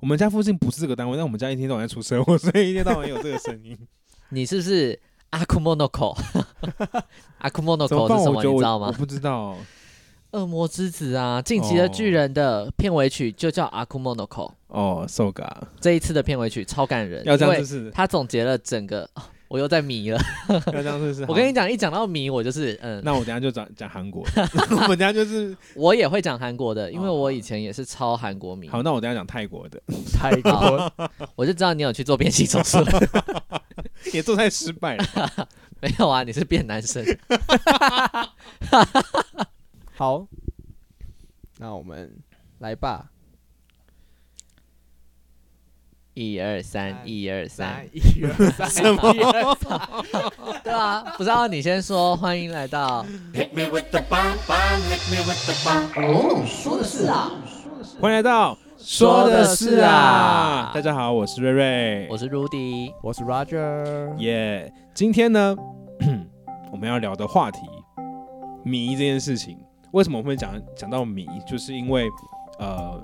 我们家附近不是这个单位，但我们家一天到晚在出车祸， 所以一天到晚有这个声 音。你是不是阿库莫诺口？ 阿库莫诺怎么口办？是什我么？觉得你我知道我吗？不知道。恶魔之子啊，《晋级的巨人》的片尾曲就叫阿库莫诺口。哦，受嘎，这一次的片尾曲超感人，要这因样为试试，他总结了整个，哦我又 在迷了。 要这样试试。我跟你讲，一讲到迷，我就是嗯，那我等一下就讲讲韩国， 我们等一下 就是我也会讲韩国的，因为哦我以前也是超韩国迷。好，那我等一下讲泰国的， 泰国我就知道你有去做变性手术，也做太失败 了。没有啊？你是变男生，好，那我们来吧，一二哎三，一二三三，一二三，什么？一二三对啊，不知道你先说，欢迎 来到 Hit me with the bomb bomb, hit me with the bomb. 欢迎来到说的是啊大家好，我是瑞瑞，我是 Rudy，我是 Roger，耶今天呢， 我们要聊的话题迷这件事情，为什么我们会讲讲到迷，就是因为呃，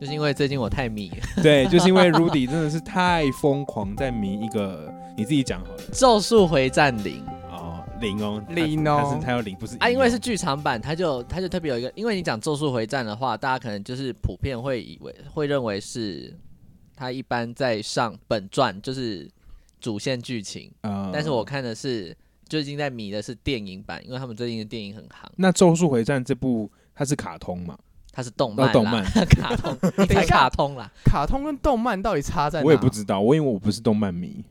就是因为最近我太迷 了，对，就是因为 Rudy 真的是太疯狂在迷一个，你自己讲好了《咒术回战零》哦，零哦，他零但哦是他要零不是啊，一因为哦是剧场版，它就它就特别有一个，因为你讲《咒术回战》的话，大家可能就是普遍会以为会认为是它一般在上本传，就是主线剧情，呃但是我看的是最近在迷的是电影版，因为他们最近的电影很行，那《咒术回战》这部它是卡通嘛？它是动那漫啦，哦动漫卡通，你等才一下卡通啦，卡通跟动漫到底差在哪？我也不知道，我因为我不是动漫迷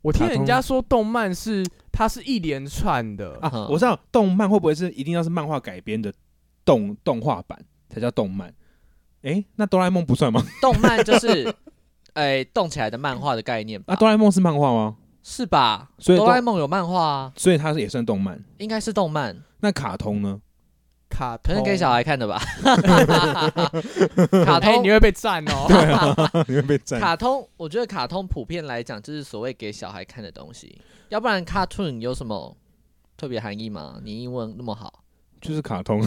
我听卡通人家说动漫是它是一连串的，啊嗯，我知道动漫会不会是一定要是漫画改编的动动画版才叫动漫？诶，那哆啦 A 梦不算吗？动漫就是，哎、动起来的漫画的概念 吧，啊，哆啦 A 梦是漫画吗？是吧？所以哆动啦 A 梦有漫画啊，所以它是也算动漫。应该是动漫，那卡通呢？卡可通能给小孩看的吧。卡哦哎通，你会被占哦。 你会被占卡通，我觉得卡通普遍来讲就是所谓给小孩看的东西，要不然 cartoon 有什么特别含义吗？你英文那么好，就是卡 通，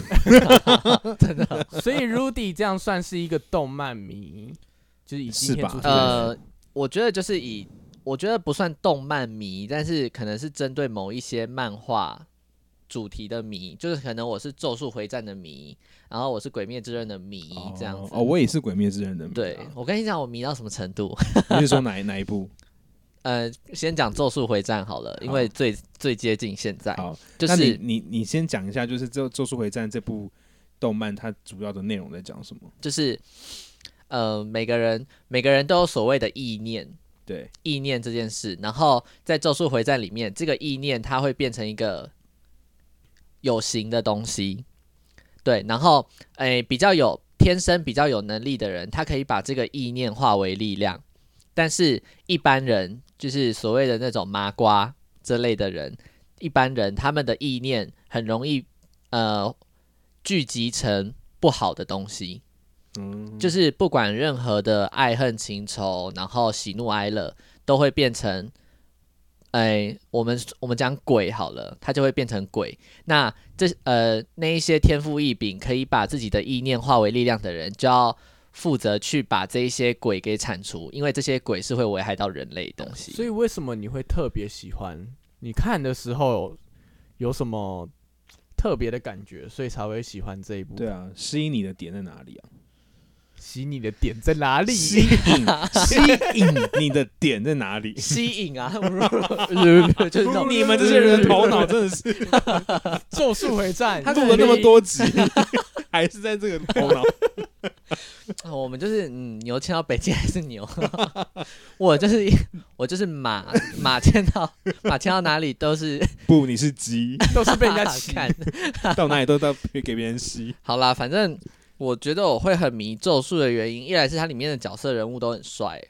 哦真的，所以 Rudy 这样算是一个动漫迷，就是以今是天吧主题来呃，我觉得就是以，我觉得不算动漫迷，但是可能是针对某一些漫画。主题的迷，就是可能我是《咒术回战》的迷，然后我是《鬼灭之刃》的迷，这样子。哦，我也是《鬼灭之刃》的迷啊。对，我跟你讲，我迷到什么程度？你是说哪一哪一 部？呃，先讲《咒术回战》好了，因好为最最接近现在，好，就那你是你你先讲一下，就是这《咒术回战》这部动漫它主要的内容在讲什么？就是呃，每个人每个人都有所谓的意念，对，意念这件事，然后在《咒术回战》里面，这个意念它会变成一个有形的东西，对，然后诶、比较有天生比较有能力的人，他可以把这个意念化为力量，但是一般人就是所谓的那种麻瓜这类的人，一般人他们的意念很容易呃聚集成不好的东西，嗯，就是不管任何的爱恨情仇，然后喜怒哀乐，都会变成，哎、我们我们讲鬼好了，它就会变成鬼。那这呃那一些天赋异禀，可以把自己的意念化为力量的人，就要负责去把这一些鬼给铲除，因为这些鬼是会危害到人类的东西。 所以为什么你会特别喜欢？你看的时候有有什么特别的感觉，所以才会喜欢这一部？对，啊，吸引你的点在哪里啊？洗你的点在哪里？吸引 吸引你的点在哪里？ 吸引啊，就是那 种你们这些人的头脑真的 是咒术回战，录了那么多集， 还是在这个头脑。啊我们就是嗯，牛牵到北京还是牛， 我就是一我就是马马牵到马牵到哪里都是不，你是鸡， 都 是被人家洗。看。到哪里都到给别人吸。 好啦，反正我觉得我会很迷咒术的原因，一来是它里面的角色人物都很帅，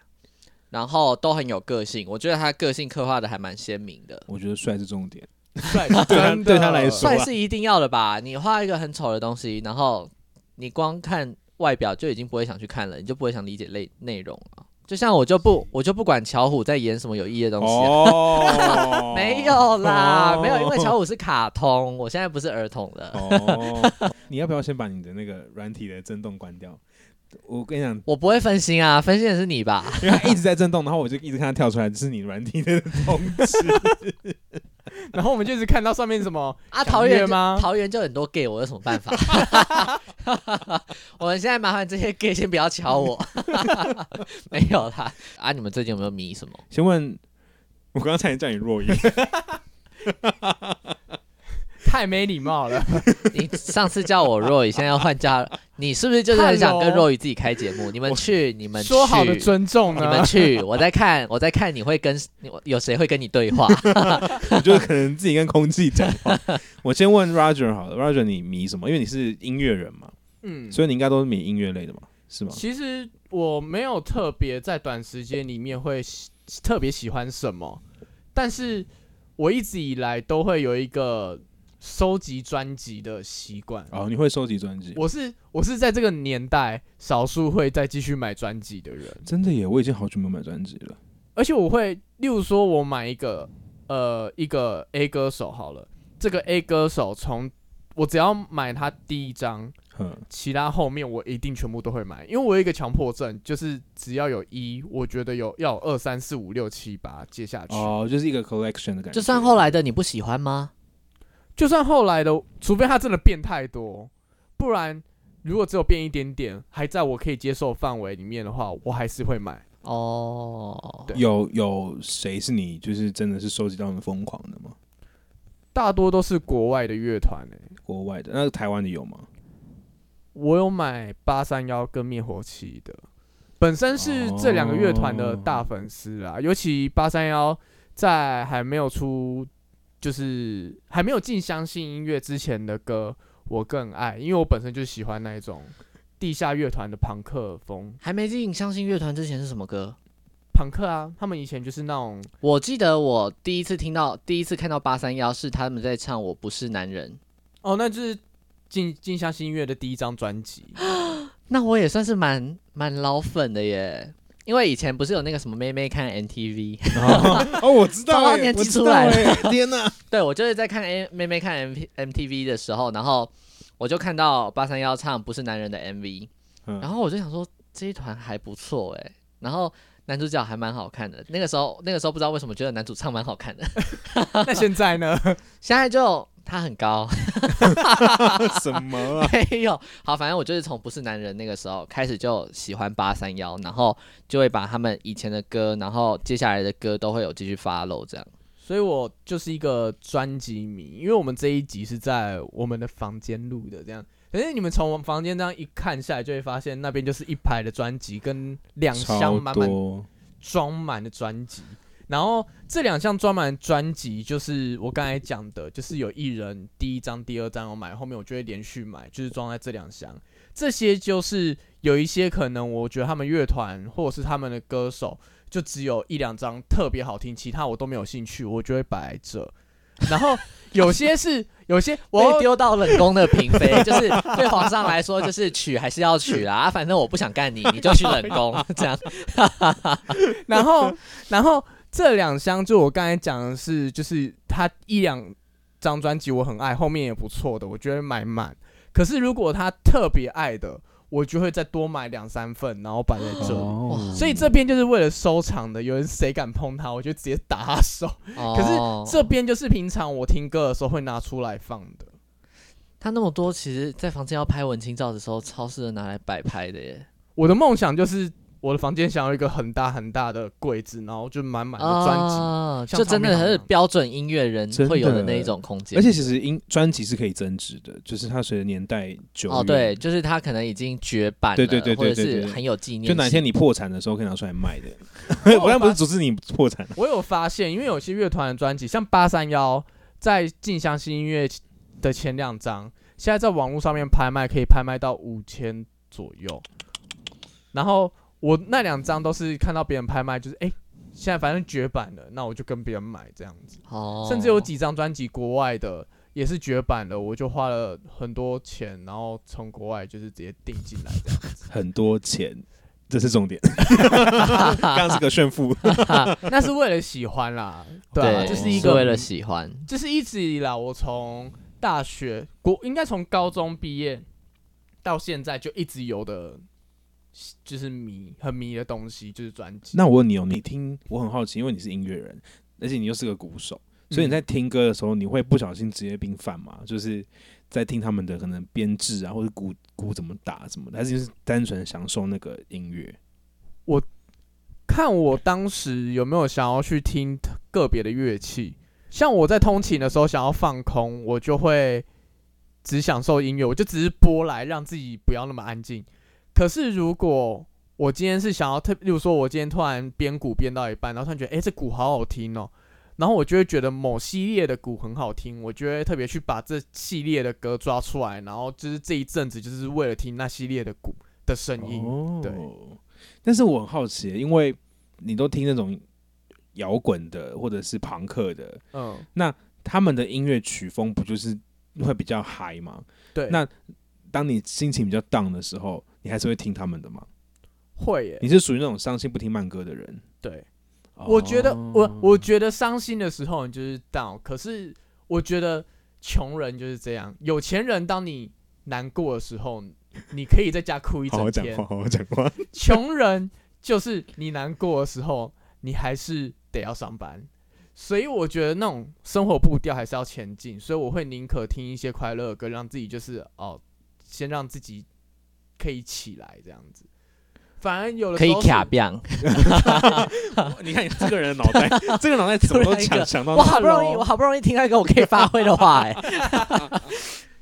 然后都很有个性，我觉得他个性刻画的还蛮鲜明的。我觉得帅是重点，帅对他真的对他来说帅是一定要的吧？你画一个很丑的东西，然后你光看外表就已经不会想去看了，你就不会想理解内内容了。就像我就不我就不管巧虎在演什么有意义的东西啊、哦 没有啦，哦没有，因为巧虎是卡通，我现在不是儿童了。 哦，你要不要先把你的那个软体的震动关掉？我跟你讲，我不会分心啊，分心的是你 吧？因为它一直在震动，然后我就一直看它跳出来，这是你软体的 通知。然后我们就一直看到上面什么啊，想桃约园就吗桃园就很多 gay，我有什么办法？ 我们现在麻烦这些 gay 先不要敲我， 没有啦。啊，你们最近有没有迷什么？请问，我刚刚差点叫你若英，太没礼貌了，你上次叫我若雨，现在要换叫你，是不是就是很想跟若雨自己开节目？你们去，你们去说好的尊啊重你们呢？去，我在看，我在看，你会跟你有谁会跟你对 话？我就可能自己跟空气讲话。我先问 Roger 好了，Roger 你迷什么？因为你是音乐人嘛，嗯，所以你应该都是迷音乐类的嘛，是吗？其实我没有特别在短时间里面会喜特别喜欢什么，但是我一直以来都会有一个收集专辑的习惯。哦，你会收集专辑？我是我是在这个年代少数会再继续买专辑的人，真的耶，我已经好久没有买专辑了。而且我会，例如说，我买一个呃一个 A 歌手好了，这个 A 歌手从我只要买他第一张，嗯，其他后面我一定全部都会买，因为我有一个强迫症，就是只要有一，我觉得有要有二三四五六七八接下去，哦，就是一个 collection 的感觉。就算后来的你不喜欢吗？就算后来的，除非他真的变太多，不然如果只有变一点点，还在我可以接受范围里面的话，我还是会买。哦，对有有谁是你就是真的是收集到很疯狂的吗？大多都是国外的乐团欸诶、国外的，那台湾的有吗？我有买八三幺跟灭火器的，本身是这两个乐团的大粉丝啦，尤其八三幺在还没有出，就是还没有进相信音乐之前的歌，我更爱，因为我本身就喜欢那一种地下乐团的朋克风，还没进相信乐团之前是什么歌？朋克啊，他们以前就是那种我记得我第一次听到、第一次看到八三幺是他们在唱《我不是男人》，哦，那就是进进相信音乐的第一张专辑，那我也算是蛮蛮老粉的耶。因为以前不是有那个什么妹妹看 NTV，哦，我知糟道糕耶，年我纪知出道来耶，天哪！ 对我就是在看 A 妹妹看 M MTV 的时候，然后我就看到八三幺唱《不是男人》的 MV，嗯然后我就想说这一团还不错哎，然后男主角还蛮好看的。那个时候那个时候不知道为什么觉得男主唱蛮好看的， 那现在呢？现在就他很高，什么 啊？没有，好，反正我就是从《不是男人》那个时候开始就喜欢八三幺，然后就会把他们以前的歌，然后接下来的歌都会有继续 follow 这样。所以我就是一个专辑迷，因为我们这一集是在我们的房间录的，这样。可是你们从我们房间这样一看下来，就会发现那边就是一排的专辑，跟两箱超满满多，装满的专辑。然后这两箱装满的专辑，就是我刚才讲的，就是有艺人第一张、第二张我买，后面我就会连续买，就是装在这两箱。这些就是有一些可能，我觉得他们乐团或者是他们的歌手，就只有一两张特别好听，其他我都没有兴趣，我就会摆着。然后有些是有些被 我丢到冷宫的嫔 妃，就是对皇上来说，就是娶还是要娶啦，啊反正我不想干你，你就去冷 宫这样。 然后，然后这两箱就我刚才讲的是，就是他一两张专辑我很爱，后面也不错的，我觉得买满。可是如果他特别爱的，我就会再多买两三份，然后摆在这里。哦所以这边就是为了收藏的，有人谁敢碰它，我就直接打他手。可哦是这边就是平常我听歌的时候会拿出来放的。他那么多，其实在房间要拍文青照的时候，超适合拿来摆拍的耶。我的梦想就是我的房间想要一个很大很大的柜子，然后就满满的专辑。啊像就真的唱片行是一样标准音乐人真的会有的那一种空间。而且其实音专辑是可以增值的，就是它随着年代久远，哦，对，，就是他可能已经绝版了，对对对对或者对对是对很有纪念就性。哪天你破产的时候可以拿出来卖的。我我刚不发是阻止你破产，我有发现，因为有些乐团的专辑，像八三幺，在进香新音乐的前两张，现在在网络上面拍卖可以拍卖到五千左右。然后我那两张都是看到别人拍卖，就是哎、诶现在反正绝版了，那我就跟别人买这样子。哦，甚至有几张专辑国外的也是绝版了，我就花了很多钱，然后从国外就是直接订进来这样子。很多钱，这是重点。刚刚是个炫富，那是为了喜欢啦，对啊，对，这就是一是个为了喜欢，就是一直以来，我从大学国应该从高中毕业到现在就一直有的就是迷很迷的东西，就是专辑。那我问你哦，你听，我很好奇，因为你是音乐人，而且你又是个鼓手，所以嗯你在听歌的时候，你会不小心职业病犯吗？就是在听他们的可能编制啊，或者鼓鼓怎么打什么的，还是就是单纯享受那个音乐？看我当时有没有想要去听个别的乐器。像我在通勤的时候想要放空，我就会只享受音乐，我就只是播来让自己不要那么安静。可是如果我今天是想要特，例如说我今天突然编鼓编到一半，然后突然觉得，诶，这鼓好好听哦，然后我就会觉得某系列的鼓很好听，我就会特别去把这系列的歌抓出来，然后就是这一阵子就是为了听那系列的鼓的声音。哦对。但是我很好奇，因为你都听那种摇滚的或者是朋克的，嗯，他们的音乐曲风不就是会比较嗨吗？对，那当你心情比较 down 的时候，你还是会听他们的吗？会耶，你是属于那种伤心不听慢歌的人？对。我觉得哦我我觉得伤心的时候你就是 down，可是我觉得穷人就是这样，有钱人当你难过的时候，你可以在家哭一好好讲整天话，； 好好讲话。 穷人就是你难过的时候，你还是得要上班。所以我觉得那种生活步调还是要前进，所以我会宁可听一些快乐的歌，让自己就是哦，先让自己可以起来这样子。反而有的可时以候是卡样，你 看你这个人的脑袋，这个脑袋怎么都突然一想个想到我好不容易，我好不容易听到一个我可以发挥的话、 哎，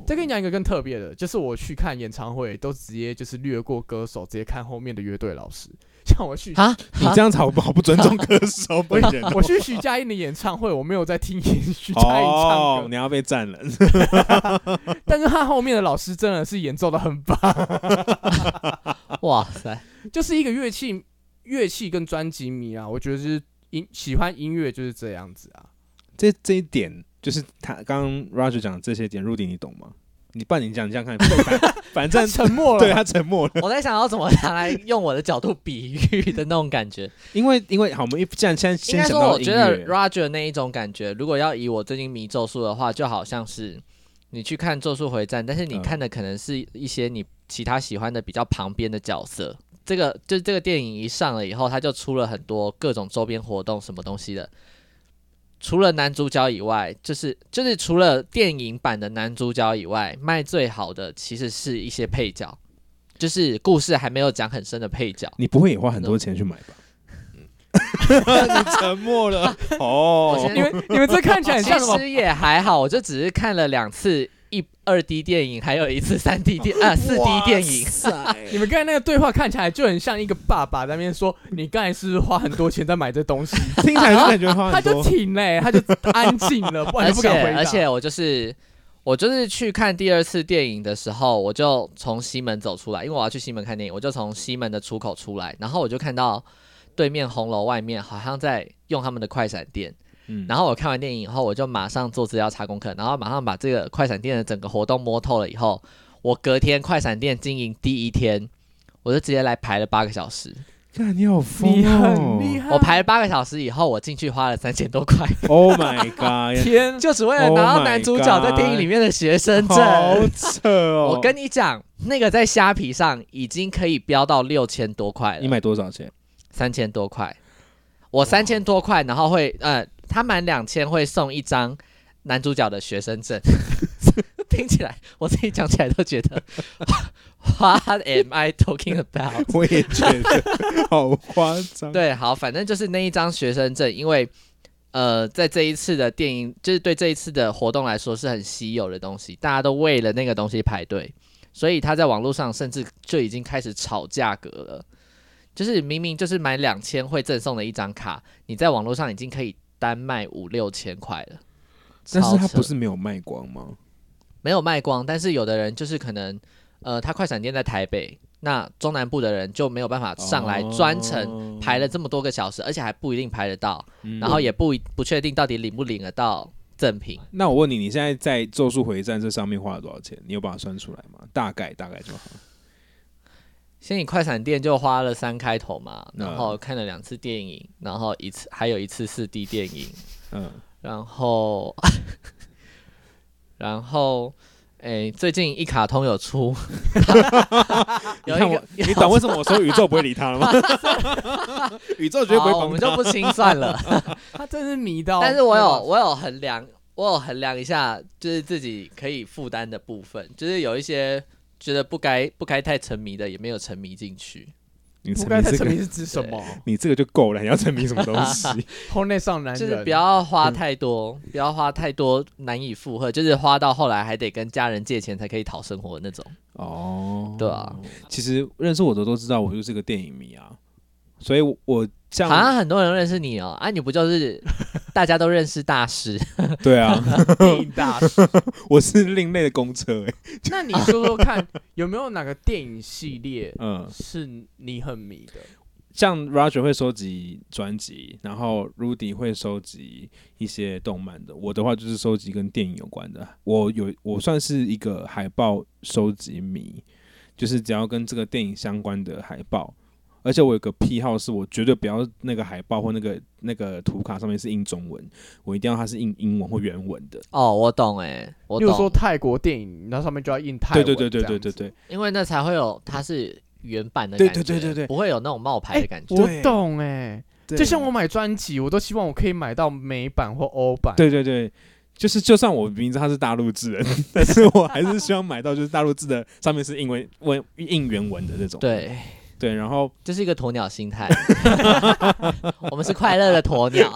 再跟你讲一个更特别的，就是我去看演唱会，都直接就是略过歌手，直接看后面的乐队老师。像我去，啊，你这样子好不好不尊重歌手本人哦？我去徐佳莹的演唱会，我没有在听 徐佳莹唱哦歌，，你要被占了。但是他后面的老师真的是演奏的很棒，哇塞，就是一个乐器乐器跟专辑迷啊，我觉得就是音喜欢音乐就是这样子啊。这这一点就是他刚刚 Roger 讲的这些点，入迪你懂吗？你半你讲，你这样看，反反 他正沉默 了，对他沉默了，我在想要怎么拿来用我的角度比喻的那种感觉。因为因为好，我们一既然先应先该想说，到我音觉得乐， Roger 那一种感觉，如果要以我最近迷咒术的话，就好像是你去看《咒术回战》，但是你嗯看的可能是一些你其他喜欢的比较旁边的角色。这个就这个电影一上了以后，它就出了很多各种周边活动什么东西的。除了男主角以外，就是就是除了电影版的男主角以外，卖最好的其实是一些配角，就是故事还没有讲很深的配角。你不会也花很嗯多钱去买 吧？你沉默了哦我先你们你们这看起来很像什哦其么？实也还好，我就只是看了两次一二 D 电影，还有一次三 D 电 啊四 D 电影。你们刚才那个对话看起来就很像一个爸爸在那边说：“你刚才是不是花很多钱在买这东西听起来就感觉？”花他很就多。停嘞、他就安静了，不然而就不且敢回答。而且我就是我就是去看第二次电影的时候，我就从西门走出来，因为我要去西门看电影，我就从西门的出口出来，然后我就看到对面红楼外面好像在用他们的快闪店。嗯然后我看完电影以后，我就马上做资料查功课，然后马上把这个快闪店的整个活动摸透了以后，我隔天快闪店经营第一天，我就直接来排了八个小时。看你好你疯很厉哦害，我排了八个小时以后，我进去花了三千多块， ！Oh my god，天，就只为了拿 Oh 到 my 男主角在电影里面的学生证。 好扯哦！我跟你讲，那个在虾皮上已经可以标到六千多块你了，买多少钱？三千多块。我三千多块，然后会呃，他满两千会送一张男主角的学 生证。听起来，我自己讲起来都觉得 ，What am I talking about？我也觉得 好夸张。对，好，反正就是那一张学生证，因为呃，在这一次的电影，就是对这一次的活动来说是很稀有的东西，大家都为了那个东西排队，所以他在网络上甚至就已经开始炒价格了。就是明明就是买两千会赠送的一张卡，你在网络上已经可以单卖五六千块了。但是超他扯不是没有卖光吗？没有卖光，但是有的人就是可能，呃，他快闪店在台北，那中南部的人就没有办法上来专程程排了这么多个小时，而且还不一定排得到。嗯然后也不一不确定到底领不领得到赠品。那我问你，你现在在《咒术回战》这上面花了多少钱？你有把它算出来吗？大概大概就好。先以快闪店就花了三开头嘛，嗯然后看了两次电影，然后一次还有一次四 D 电影， 嗯，然后然后哎、诶、最近一卡通有出， 你有一看我个，你懂为什么我说宇宙不会理他 了吗？宇宙绝对不会好我帮们他。就不清 算了。他真是迷到。但是我有我有衡量，我有衡量一下，就是自己可以负担的部分，就是有一些觉得不该不该太沉迷的，也没有沉迷进去。你不沉该迷太这沉迷个，是指什么？ 你这个就够了，你要沉迷什么东 西？婚内上男人就是不 啊要嗯花太多，不要花太多难以负荷，就是花到后来还得跟家人借钱才可以讨生活的那种。哦，对啊，其实认识我的都知道，我就是个电影迷啊，所以我我像好像很多人认识你哦，啊，你不就是 大家都认识大师？对啊，电影大师。我是另类的公车哎、 那你说说看，有没有哪个电影系列嗯，是你很迷的？像 Roger 会收集专辑，然后 Rudy 会收集一些动漫的，我的话就是收集跟电影有关的。我有我算是一个海报收集迷，就是只要跟这个电影相关的海报。而且我有个癖好，是我绝对不要那个海报或那个那个图卡上面是印中文，我一定要它是印英文或原文的。哦，我懂哎、我例如说懂，泰国电影，那上面就要印泰对文对对对这对样子对对，因为那才会有它是原版的对感觉，对对对对不会有那种冒牌的感觉。我我懂哎、对就像我买专辑，我都希望我可以买到美版或欧版。，对对对，就是就算我明知他是大陆制人， 但是我还是希望买到就是大陆制的，上面是英文文印原文的那种。对，对，然后这是一个鸵鸟心态。 我们是快乐的 鸵鸟。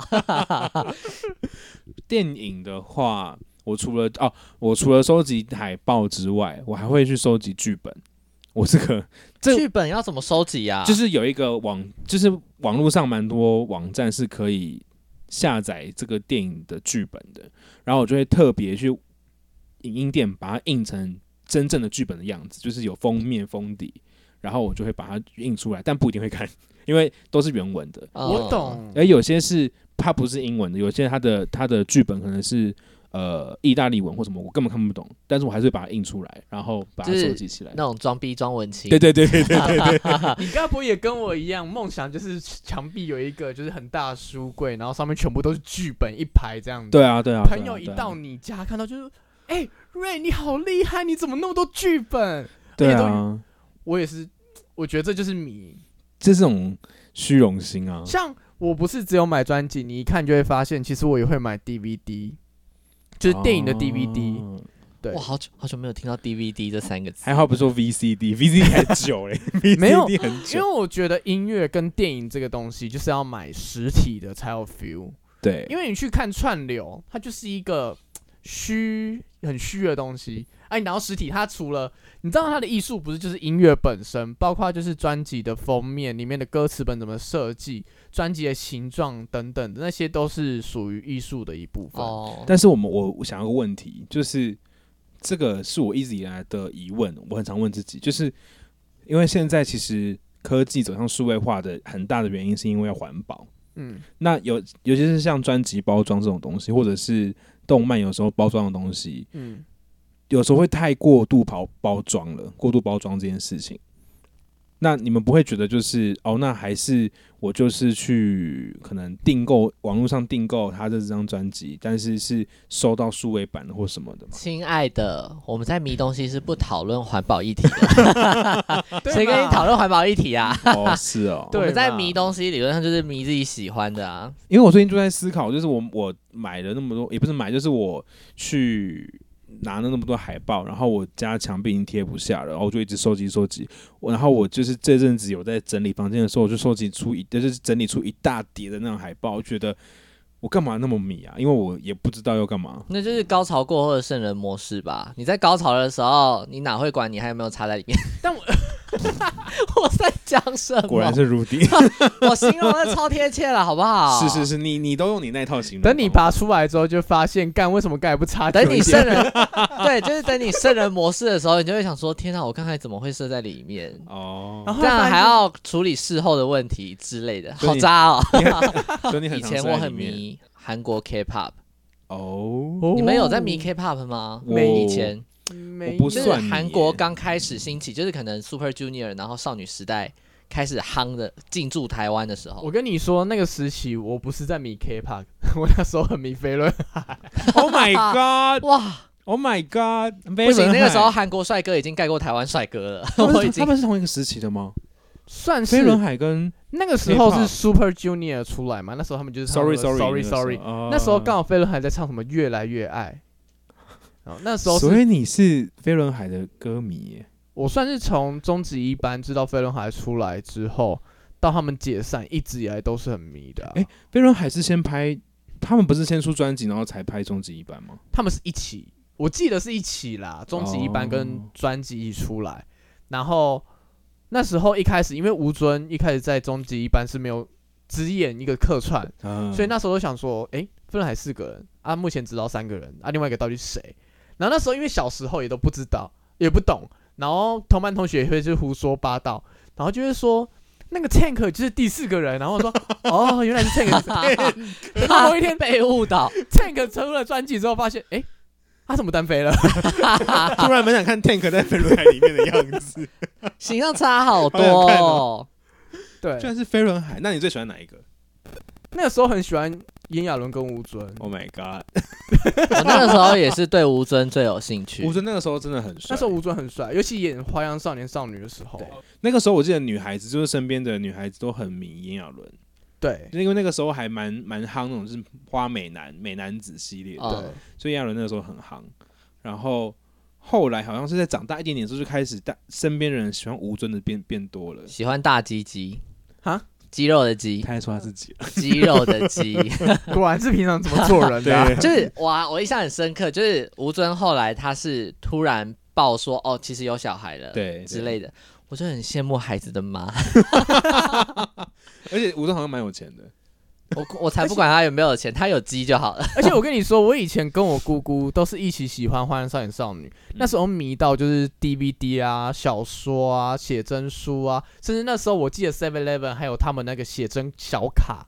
电影的话，我除了哦，我除了收集海报之外，我还会去收集剧本。我这个这剧本要怎么收集啊？就是有一个网，就是网络上蛮多网站是可以下载这个电影的剧本的，然后我就会特别去影音店把它印成真正的剧本的样子，就是有封面封底，然后我就会把它印出来，但不一定会看，因为都是原文的，嗯我。懂。而有些是它不是英文的，有些它的它的剧本可能是。呃，意大利文或什么，我根本看不懂，但是我还是会把它印出来，然后把它就是收集起来。那种装逼装文青，对对对对对对你该不会也跟我一样，梦想就是墙壁有一个就是很大的书柜，然后上面全部都是剧本一排这样子。对啊对啊！对啊朋友一对啊到你家看到就是，哎、瑞你好厉害，你怎么那么多剧本？对而哎且都啊，我也是，我觉得这就是迷。这是种虚荣心啊。像我不是只有买专辑，你一看就会发现，其实我也会买 DVD，就是电影的 DVD。哦对哇，，好久好久没有听到 DVD 这三个字。还好不说 VCD，VCD 还久 嘞，VCD 没有很因为久。我觉得音乐跟电影这个东西就是要买实体的才有 feel，对，因为你去看串流，它就是一个虚很虚的东西。哎、你拿到实体，它除了你知道它的艺术不是就是音乐本身，包括就是专辑的封面里面的歌词本怎么设计，专辑的形状等等的，那些都是属于艺术的一部分。哦，但是我们我我想要个问题，就是这个是我一直以来的疑问，我很常问自己，就是因为现在其实科技走向数位化的很大的原因是因为要环保。嗯，那有尤其是像专辑包装这种东西，或者是动漫有时候包装的东西，嗯，有时候会太过度包包装了，过度包装这件事情。那你们不会觉得就是哦，那还是我就是去可能订购网络上订购他的这张专辑，但是是收到数位版的或什么 的吗？亲爱的，我们在迷东西是不讨论环保议题的，谁跟你讨论？论环保议题啊？哦，是哦， 对我们在嘛迷东西理论上就是迷自己喜欢的啊。因为我最近就在思考，就是我我买了那么多，也不是买，就是我去拿了那么多海报，然后我家墙壁已经贴不下了，然后我就一直收集收集。我然后我就是这阵子有在整理房间的时候，我就收集出一，就是整理出一大叠的那种海报，我觉得我干嘛那么迷啊？因为我也不知道要干 嘛。那就是高潮过后的圣人模式吧。你在高潮的时候，你哪会管你还有没有插在里面？ 但我 我在讲什么？果然是 Rudy，我形容的超贴切了，好不好？是是是，你你都用你那套形容方法，等你拔出来之后，就发现干为什么盖不插？等你圣人， 对，就是等你圣人模式的时候，你就会想说：天啊，我刚才怎么会射在里 面？哦，然后这样发现还要处理事后的问题之类的，所以好你渣哦！所以你很以常前睡在我里很面迷韩国 K-pop， 哦，哦你们有在迷 K-pop 吗？我以前没我不就是算迷韩国耶刚开始兴起，就是可能 Super Junior，然后少女时代开始夯的进驻台湾的时候我，跟你说，那个时期我 不是在迷 K-pop，我那时候很迷飞轮。 ，Oh my God，Oh 哇， Oh my God！不不行，那个时候韩国帅哥已经盖过台湾帅哥了， 我哎已 他经们是同一个时期的吗？算飞轮是海跟那个时候 K-pop 是 Super Junior 出来嘛，那时候他们就是 Sorry Sorry Sorry Sorry Sorry，那那时候刚好。好飞轮海在唱什么《越来越爱》，然后那时候所是以你是飞轮海的歌迷耶，我算是从中职一班知道飞轮海出来之后，到他们解散，一直以来都是很迷的啊、诶飞轮海是先拍，他们不是先出专辑，然后才拍终极一班吗？他们是一起，我记得是一起啦，中职一班跟哦专辑一起出来，然后那时候一开始因为吴尊一开始在中职一班是没有只演一个客串，啊，所以那时候就想说，诶，飞轮海四个人啊，目前只知道三个人啊，另外一个到底是谁？然后那时候因为小时候也都不知道，也不懂，然后同班同学也会去胡说八道，然后就会说那个 Tank 就是第四个人，然后 我说哦，原来是 Tank 是。然后某一天被误导， Tank 出了专辑之后，发现诶，他怎么单 飞了？ 突然蛮想看 Tank 在飞轮海里面的样子，形象差 好多、好想看哦。对居，然是飞轮海。那你最喜欢哪一个那个时候很喜欢炎亚纶跟吴尊， ？Oh my God！我那个时候也是对吴尊最有兴趣。 吴尊那个时候真的很帅那时，候吴尊很帅，尤其演《花样少年少女》的时候，那个时候我记得女孩子就是身边的女孩子都很迷炎亚纶，对 就因为那个时候还蛮蛮夯那种是花美男美男子系列的，哦对。所以炎亚纶那个时候很夯。然后后来好像是在长大一点点之后就开始大身边人喜欢吴尊的变变多了。喜欢大鸡鸡哈，肌肉 的肌，他还说他自己了，肌肉的肌，果然是平常怎么做人的啊、 就是哇，我印象很深刻，就是吴尊后来他是突然爆说哦，其实有小孩了，对之类的，我就很羡慕孩子 的妈，而且吴尊好像蛮有钱的，我我才不管他有没有钱，他有鸡就好了。 而且我跟你说，我以前跟我姑姑都是一起喜欢《花样少年少女》那时候迷到就是 DVD 啊、小说啊、写真书啊，甚至那时候我记得 Seven Eleven 还有他们那个写真小卡，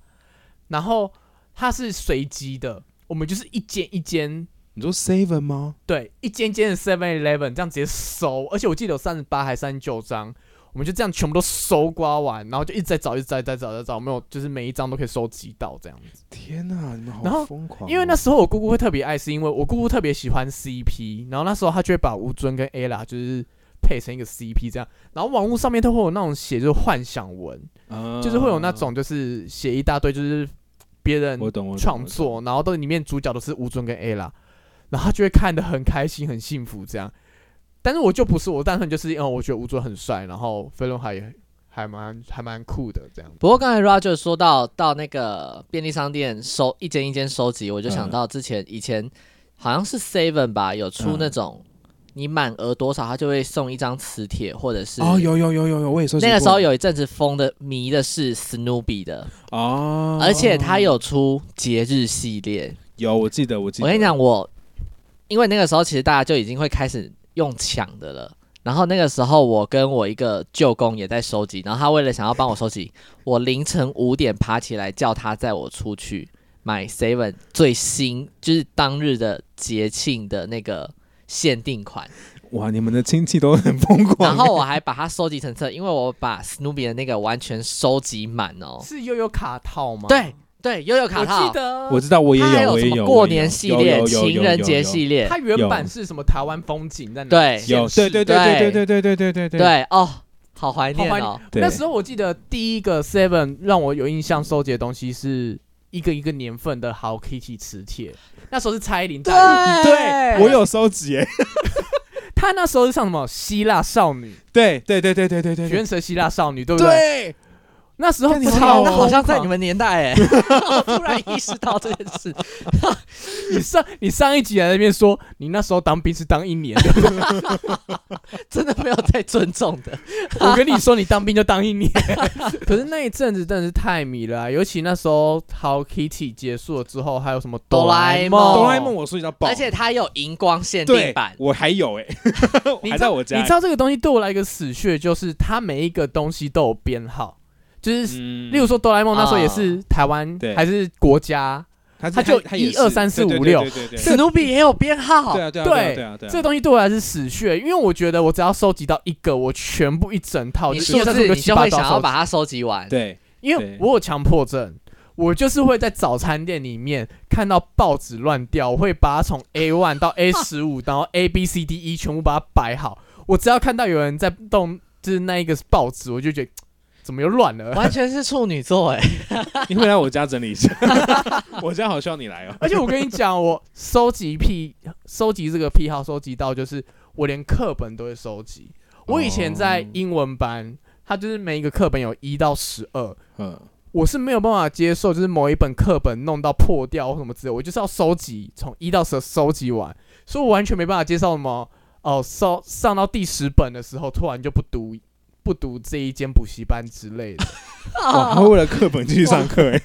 然后它是随机的，我们就是一间一间，你说 Seven 吗？对，一间间的 Seven Eleven 这样直接收，而且我记得有三十八还三十九张。我们就这样全部都搜刮完，然后就一直在找，一直在在找，在找，没有，就是每一张都可以收集到这样子。天哪，你们然后好疯狂哦、因为那时候我姑姑会特别爱，是因为我姑姑特别喜欢 CP，然后那时候她就会把吴尊跟 ella 就是配成一个 CP 这样，然后网络上面都会有那种写就是幻想文，啊就是会有那种就是写一大堆就是别人我懂我懂创作，然后都里面主角都是吴尊跟 ella，然后她就会看得很开心很幸福这样，但是我就不是我单纯就是哦，我觉得吴尊很帅，然后飞轮海也还蛮还蛮酷的这样，不过刚才 Roger 说到到那个便利商店收一间一间收集，我就想嗯到之前以前好像是 Seven 吧，有嗯出那种。你满额多少，他就会送一张磁铁，或者是哦，有有有有有，我也收集那个过时候有一阵子疯的迷的是 Snoopy 的，哦，而且他有出节日系列。有，我记得我记得，我跟你讲，我因为那个时候其实大家就已经会开始用抢的了。然后那个时候，我跟我一个舅公也在收集，然后他为了想要帮我收集，我凌晨五点爬起来叫他载我出去 买 Seven 最新，就是当日的节庆的那个限定款。哇，你们的亲戚都很疯狂，然后我还把它收集成册，因为我把 Snoopy 的那个完全收集满哦。是悠悠卡套吗？对对，悠悠卡套，我记得我知道我也它还我什也么有过年系列、情人节系列，列它，原版有是什么台湾风景在哪？对有对对对对对对对对对对对哦，好怀念好怀哦。对那时候我记得第一个 Seven 让我有印象收集的东西是一个一个年份的 Hello Kitty 磁铁，那时候是蔡依林在对对，我有收集耶， 她那时候是上什么希腊少女、对对对对对对对原对，神希腊少女，对不对？对，那时候看你们超那好像在你疯们年 代哎，我突然意识到这件事。狂 你上你上一集还在那边说你那时候当兵是当一年 的，真的没有在尊重 的。我跟你说你当兵就当一年， 可是那一阵子真的是太迷了啊、尤其那时候 Hello Kitty 结束了之后，还有什么哆啦 A 梦哆啦 A 梦我收集到爆，而且它有荧光限定对版，，我还有哎，我 你还知在道我家你知，道这个东西对我来一个死穴，就是它每一个东西都有编号，就是、嗯啊例如说哆啦 A 梦那时候也是台湾、对还是国家，他它就他也一是二三四对五对六对对对对史努比也有编号对，啊对啊对对啊对啊这个东西对我来是死穴，因为我觉得我只要收集到一个，我全部一整套，你就是哦一不二三四五是六你七就八会都想要要收集，把它收集完？对因为我有强迫症，我就是会在早餐店里面看到报纸乱掉，我会把它从 A one 到 A 十五，然后 A B C D E 全部把它摆好。我只要看到有人在动，就是那一个报纸，我就觉得怎么又乱了。完全是处女 座哎、你会来我家整理一下， 我家好需要你来哦。而且我跟你讲，我收集癖，收集这个癖好，收集到就是我连课本都会收集。我以前在哦英文班，它就是每一个课本有一到十二，嗯，我是没有办法接受，就是某一本课本弄到破掉或什么之类，我就是要收集，从一到十收集完，所以我完全没办法接受什么哦，收上到第十本的时候，突然就不读不读这一间补习班之 类的。哇，他为了课本继续上课哎、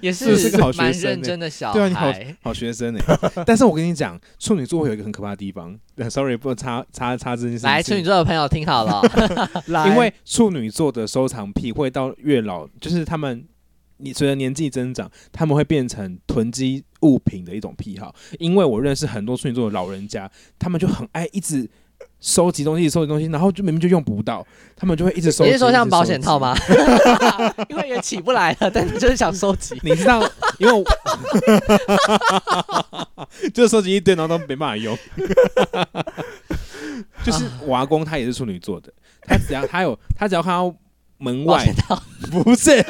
也是是个好学蛮生认欸真的小孩。对啊你好 好学生哎、但是我跟你讲，处女座会有一个很可怕的地方。 呃 Sorry，不插插插这件事情。来，处女座的朋友听好了，来因为处女座的收藏癖会到越老，就是他们，你随着年纪增长，他们会变成囤积物品的一种癖好。因为我认识很多处女座的老人家，他们就很爱一直收集东西，收集东西，然后就明明就用不到，他们就会一直 收集。你是说一像直保险套收集？ 吗？ 因为也起不来了，但你就是想收集。你 知道，因为我就是收集一堆，然后都没办法 用。就是我阿公他也是处女座 的，他只要他有他只要看到门保外险套， 不是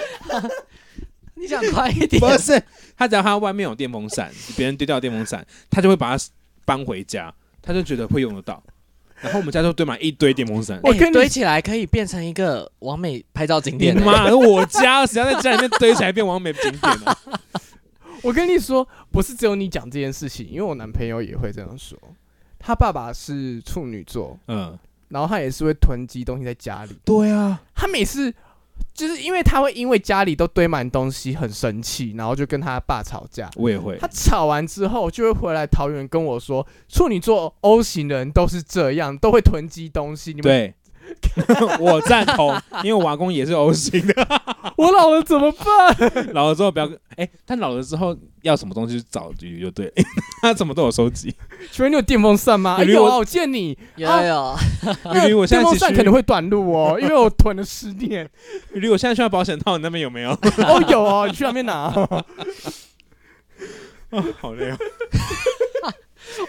你想快一点不。是，他只要看到外面有电风扇，别人丢掉的电风扇，他就会把它搬回家，他就觉得会用得到。然后我们家就堆满一堆电风扇。我哎跟你堆起来可以变成一个完美拍照景你点欸。妈！我家只要在家里面堆起来变完美景点啊 了、我跟你说，不是只有你讲这件事情，因为我男朋友也会这样说。他爸爸是处女座，嗯，然后他也是会囤积东西在家里。对啊，他每次就是因为他会因为家里都堆满东西很生气，然后就跟他爸吵架。我也会他。吵完之后就会回来桃园跟我说，处女座 O 型人都是这样，都会囤积东西。你们，对， 我赞 同，因为我阿公也是 O 型的。 我老了怎么办？老了之后不要跟，哎、他老了之后要什么东西去找就就对了， 他什么都有收集。请问你有电风扇吗？哎比如有我啊，我见你。有哎有有，比如我现电在风只扇需可能会短路 哦，因为我囤了十年。比如我现在需要保险套，你那边有没有？ 哦，有哦，你去那边拿哦、 好累哦。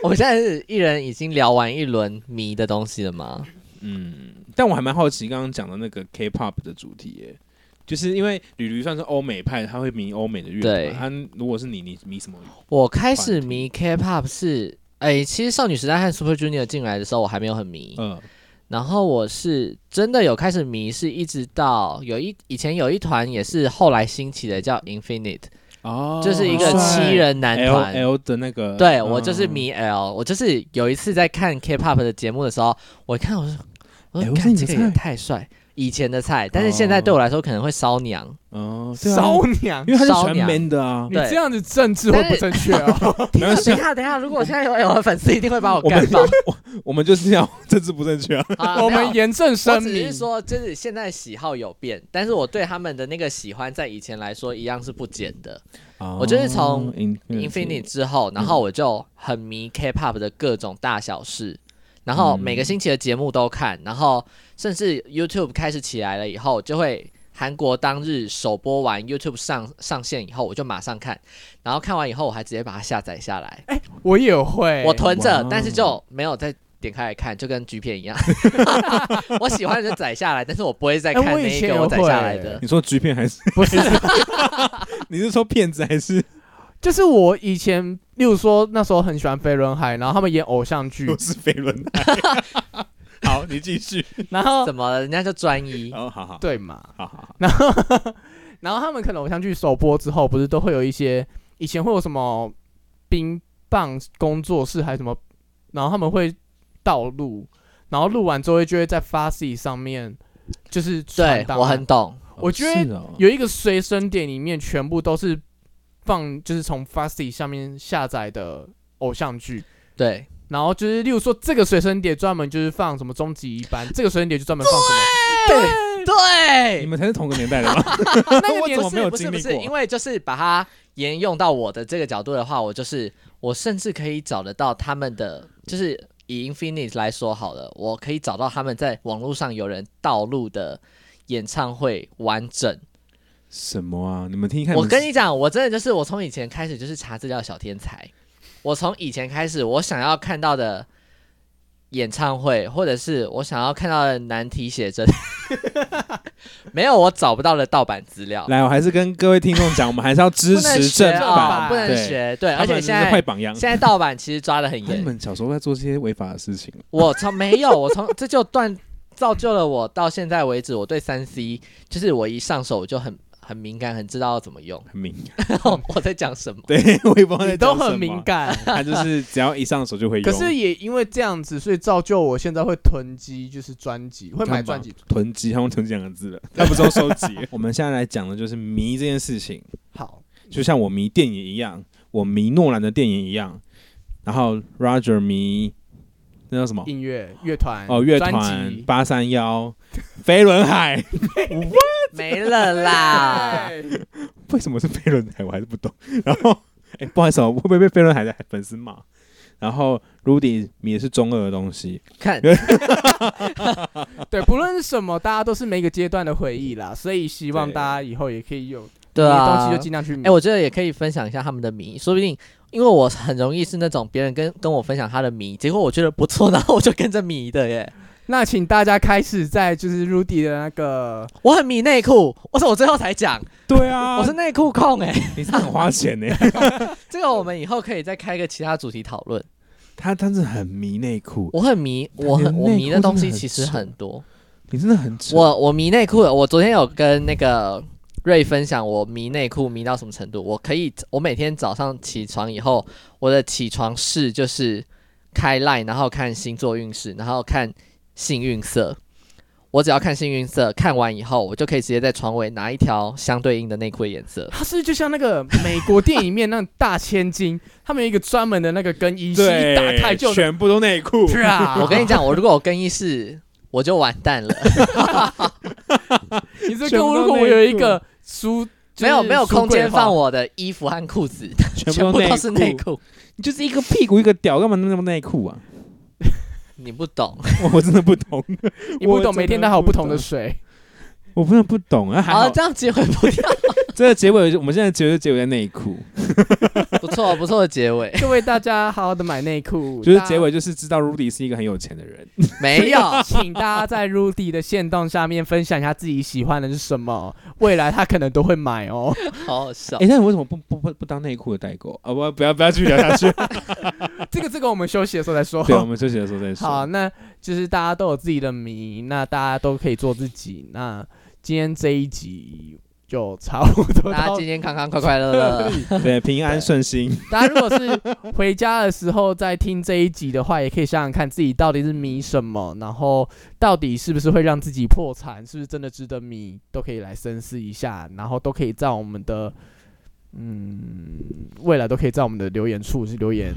我们现在是一人已经聊完一轮迷的东西了吗？嗯，但我还蛮好奇刚刚讲的那个 K-pop 的主题耶，就是因为吕吕算是欧美派，他会迷欧美的乐对团。他如果是你，你迷什么？我开始迷 K-pop 是，哎、其实少女时代和 Super Junior 进来的时候，我还没有很迷。嗯然后我是真的有开始迷，是一直到有一以前有一团也是后来兴起的叫 Infinite，、哦就是一个好帅七人男 L 团。 L 的那个，对嗯我就是。迷 L，、我就是有一次在看 K-pop 的节目的时候，我看我说，我说 L 哎是看你这的个也菜太帅，以前的菜，但是现在对我来说可能会瘙痒。哦，对啊骚娘因，为他是喜骚欢娘 man 的啊你对这样子政治会不正确哦。没关系等一啊，下，等一下，如果现在有 L 的粉丝，一定会把我我干们爆。我们就是要 政治不正确啊。 好啦我没有们严正我声只明是，说，就是现在喜好有变，但是我对他们的那个喜欢，在以前来说一样是不减的。我就是从哦 Infinity Infinite 之后，然后我就很迷 K-pop 的各种大小事，然后每个星期的节目都看，然后甚至 YouTube 开始起来了以后，就会韩国当日首播完 YouTube 上上线以后，我就马上看，然后看完以后我还直接把它下载下来，我也会。我囤哇着哦，但是就没有再点开来看，就跟 G 片一样， 我喜欢的就载下来，但是我不会再哎看我以那一前个也我载下来会的。你说橘片还 是不是，你是说骗子还是就是我以前，例如说那时候很喜欢飞轮海，然后他们演偶像 剧我，是飞轮海？好，你继续。然后怎么了？人家就专一，哦，好好，对嘛，好好好，然后然后他们可能偶像剧首播之后，不是都会有一些以前会有什么冰棒工作室还是什么，然后他们会盗录，然后录完之后就会在 f a c 上面就是传对档我很懂。我觉得是哦有一个随身碟里面全部都是放，就是从 f a s t y 上面下载的偶像剧。对，然后就是，例如说，这个随身碟专门就是放什么终极一班，这个随身碟就专门放什么。对你，们才是同个年代的吗？那个我怎年代么没有不是经不历是，过因为就是把它沿用到我的这个角度的话，我就是我甚至可以找得到他们的，就是以 Infinite 来说好了，我可以找到他们在网络上有人盗录的演唱会完整，什么啊？你们听一看， 我跟你你讲，我真的就是我从以前开始就是查资料的小天才。我从以前开始，我想要看到的演唱会，或者是我想要看到的难题写真， 没有我找不到的盗版资料们。来，我还是跟各位听众讲，我们还是要支不能持学正啊，版，版不能对学。对，而他且们现真是坏在榜样。现在盗版其实抓的很他严。们小时候在做这些违法的事情，我从没有，我从这就断造就了我到现在为止，我对三 C 就是我一上手我就很很敏感，很知道要怎么用。 很敏感。我在讲什么？对， 我也不知道在你都讲什很么啊敏，感。他就是只要一上手就会用。可是也因为这样子，所以造就我现在会囤积，就是专辑，会买专辑。囤积，他们囤积两个字了，他不知道收集。 我们现在来讲的就是迷这件事情，好，就像我迷电影一样，我迷诺兰的电影一样，然后 Roger 迷那叫什么？音乐乐团哦，乐专团辑八三幺，飞轮海， 没了啦。哎为什么是飞轮海？我还是不懂。然后，哎、不好意思、哦，我会不会被飞轮海的粉丝骂？然后 Rudy 也是中二的东西， 看，啊对，不论是什么，大家都是每个阶段的回忆嗯啦，所以希望对大家以后也可以有对迷的啊，东西就尽量去哎、迷。我觉得也可以分享一下他们的迷，说不定因为我很容易是那种别人跟跟我分享他的迷，结果我觉得不错，然后我就跟着迷的耶。 那请大家开始在就是 Rudy 的那个，我很迷内裤，我是我最后才讲，对啊 我是内裤 控哎、你是很花钱呢、 这个我们以后可以再开个其他主题讨论。他他是很迷内裤，我很迷，我很你的我内迷裤的真东的西很其实扯很多。你真的很扯我我迷内裤了，我昨天有跟那个瑞分享，我迷内裤迷到什么程度？我可以，我每天早上起床以后，我的起床式就是开 line，然后看星座运势，然后看幸运色。我只要看幸运色，看完以后，我就可以直接在床尾拿一条相对应的内裤的 颜色。它是不是就像那个美国电影里面那种大千金， 他们有一个专门的那个更衣室，对，一打开就能全部都内裤。是啊，我跟你，讲，我如果有更衣室，我就完蛋 了。 你这全跟部我都如果我有一个书，没有没有空间放我。我的衣服和裤子，全全部部都都是内裤，裤。你就是一个屁股一个屌，干嘛那么内裤啊？你不懂， 我我真的不懂， 你不我真的懂，每天都还有不同的不懂水。我真的不懂啊。还好，哦好，哦这样结婚不要。这个结尾我们现在结尾就结尾在内裤，不错不错的结 尾， 各位大家好好的买内 裤，就是大家。结尾就是知道 Rudy 是一个很有钱的人，没 有 请大家在 Rudy 的线动下面分享一下自己喜欢的是什么，未来他可能都会买 哦。好好笑哎、。那你为什么不不不不当内裤的代购啊？不不要不要继续聊下 去，这个这个我们休息的时候再说。对，我们休息的时候再说。好，那就是大家都有自己的迷，那大家都可以做自己。那今天这一集就差不多大家到健健康康、快快乐乐。对，平安顺心，大家如果是回家的时候在听这一集的话，也可以想想看自己到底是迷什么，然后到底是不是会让自己破产，是不是真的值得迷，都可以来深思一下，然后都可以在我们的嗯未来都可以在我们的留言处是留言。